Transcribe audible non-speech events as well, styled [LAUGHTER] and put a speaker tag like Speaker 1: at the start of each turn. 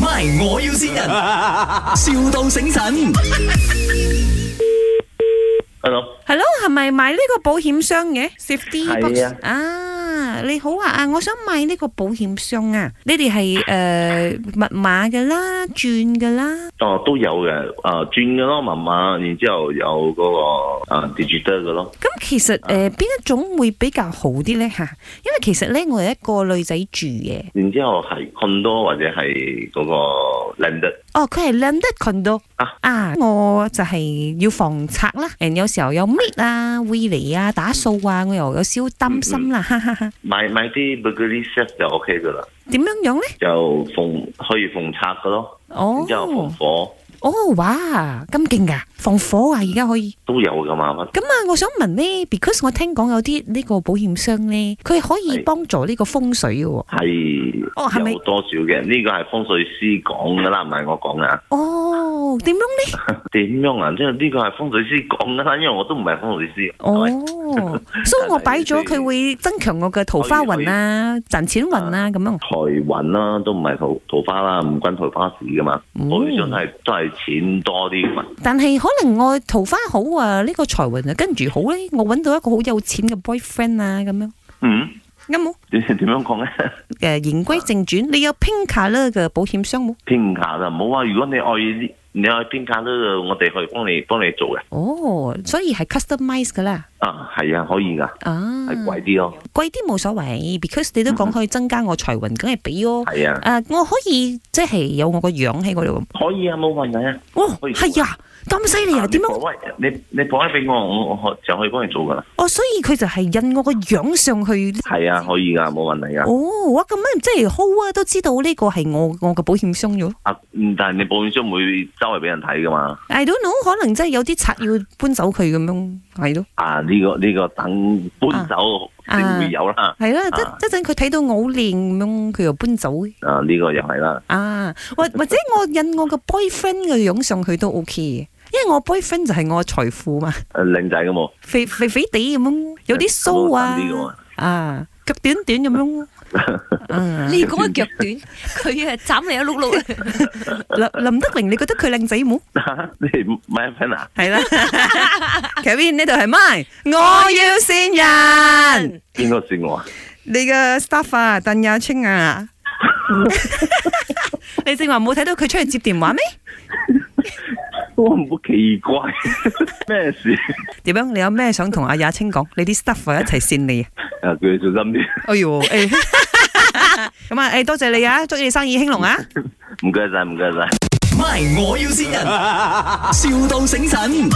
Speaker 1: MY，我要先人， [LAUGHS] 笑到醒神。
Speaker 2: Hello，
Speaker 3: 係咯，係咪買呢個保險箱嘅 safety
Speaker 2: 係
Speaker 3: box 啊？你好啊，啊，我想買呢個保險箱啊。你哋係誒密碼嘅啦，轉嘅啦，
Speaker 2: 哦都有嘅，啊轉嘅咯，密碼，然之後有嗰、個啊 digital 嘅咯，
Speaker 3: 咁其實誒呃邊、
Speaker 2: 啊
Speaker 3: 一種會比較好啲咧嚇？因為其實咧我係一個女仔住嘅，
Speaker 2: 然之後係 condo 或者係嗰個 landed
Speaker 3: 哦佢係 landed condo
Speaker 2: 啊
Speaker 3: 啊，我就係要防拆啦，誒有時候有搣啊、會嚟啊、打掃啊，我又有少少擔心啦，哈哈哈。
Speaker 2: 買買啲 burglary set 就 OK 噶啦，
Speaker 3: 點樣樣咧？
Speaker 2: 就縫可以縫拆嘅咯，
Speaker 3: 哦
Speaker 2: 然。之後防火
Speaker 3: 哦，哇，咁勁噶，防火啊，而家可以。
Speaker 2: 都有噶嘛，乜
Speaker 3: 咁啊，我想問呢 because 我聽講有啲呢個保險箱呢，佢可以
Speaker 2: 係
Speaker 3: 幫助呢個風水嘅喎。
Speaker 2: 係
Speaker 3: 哦係咪
Speaker 2: 有多少嘅？呢個係風水師講嘅啦，唔係我講啊。
Speaker 3: 哦，點樣呢？
Speaker 2: 點樣啊？即係呢個係風水師講嘅啦，因為我都唔係風水師。係咪 [LAUGHS]
Speaker 3: 哦，所以我擺咗佢會增強我嘅桃花運啊、賺錢運啊咁樣。
Speaker 2: 財運啦，都唔係桃桃花啦，唔關桃花事噶嘛。
Speaker 3: 嗯
Speaker 2: 我相信係都係錢多啲㗎嘛。
Speaker 3: 但係可能我桃花好啊，呢個財運啊跟住好呢，我揾到一個好有錢嘅 boyfriend 啊咁樣，
Speaker 2: 嗯， [LAUGHS]
Speaker 3: 啱冇？
Speaker 2: 點點樣講咧？
Speaker 3: 誒，言歸正傳，你有 pink colour 嘅保險箱冇？
Speaker 2: 偏卡啦，唔好話。如果你愛呢你愛偏卡咧，我哋去幫你幫你做嘅。
Speaker 3: 哦，所以係 customise 噶啦。
Speaker 2: 啊，係啊，可以㗎，
Speaker 3: 啊，
Speaker 2: 係貴啲咯。
Speaker 3: 貴啲冇所謂，because 你都講可以增加我財運，梗係俾咯。
Speaker 2: 係啊，
Speaker 3: 誒，我可以即係有我個樣喺嗰度。
Speaker 2: 可以啊，冇問題啊。
Speaker 3: 哦，
Speaker 2: 可以做
Speaker 3: 係啊，咁犀利啊！點
Speaker 2: 啊你保
Speaker 3: 樣？
Speaker 2: 威你你保威俾我，我我可就可以幫你做㗎啦。
Speaker 3: 哦，所以佢就係印我個樣上去。
Speaker 2: 係啊，可以㗎，冇問題㗎。
Speaker 3: 哦，哇，咁樣即係好啊，都知道呢個係我我嘅保險箱咗。
Speaker 2: 啊，嗯但係你保險箱唔會周圍俾人睇㗎嘛。
Speaker 3: I don't know，可能真係有啲賊要搬走佢咁樣，係咯，
Speaker 2: 啊！呢、個呢、個等搬走
Speaker 3: 啊
Speaker 2: 先會有啦。
Speaker 3: 係啦，
Speaker 2: 啊
Speaker 3: 一一陣佢睇到我好靚咁樣，佢又搬走。
Speaker 2: 啊！呢、個又係啦。
Speaker 3: 啊， [LAUGHS] 或或者我印我個 boyfriend 嘅樣上去都 OK 嘅，因為我 boyfriend 就係我嘅財富嘛。
Speaker 2: 誒啊靚仔嘅冇，
Speaker 3: 肥肥肥地咁樣，有啲鬚啊，啊腳短短咁樣， [LAUGHS] 嗯，
Speaker 4: 你講嘅腳短，佢啊斬你一碌碌。
Speaker 3: 林林德玲，你覺得佢靚仔冇？
Speaker 2: [LAUGHS] 你買 friend 啊？
Speaker 3: 係 [LAUGHS] 啦，Kevin 呢度係 my，我要線人，
Speaker 2: 邊個算我啊？
Speaker 3: 你嘅 staff 啊，鄧亞清 [LAUGHS] 啊，你正話冇睇到佢出去接電話咩？
Speaker 2: [LAUGHS] 我唔好奇怪， [LAUGHS] 咩事？ [LAUGHS]
Speaker 3: 點樣？你有咩想同阿亞清講？你啲 staff 啊一齊線你啊！
Speaker 2: 啊，叫你小心啲，
Speaker 3: 哎 [LAUGHS] 呦，誒咁啊，誒多謝你啊，祝你生意興隆啊！
Speaker 2: 唔該晒，唔該晒。
Speaker 1: MY，我要先人，笑到醒神。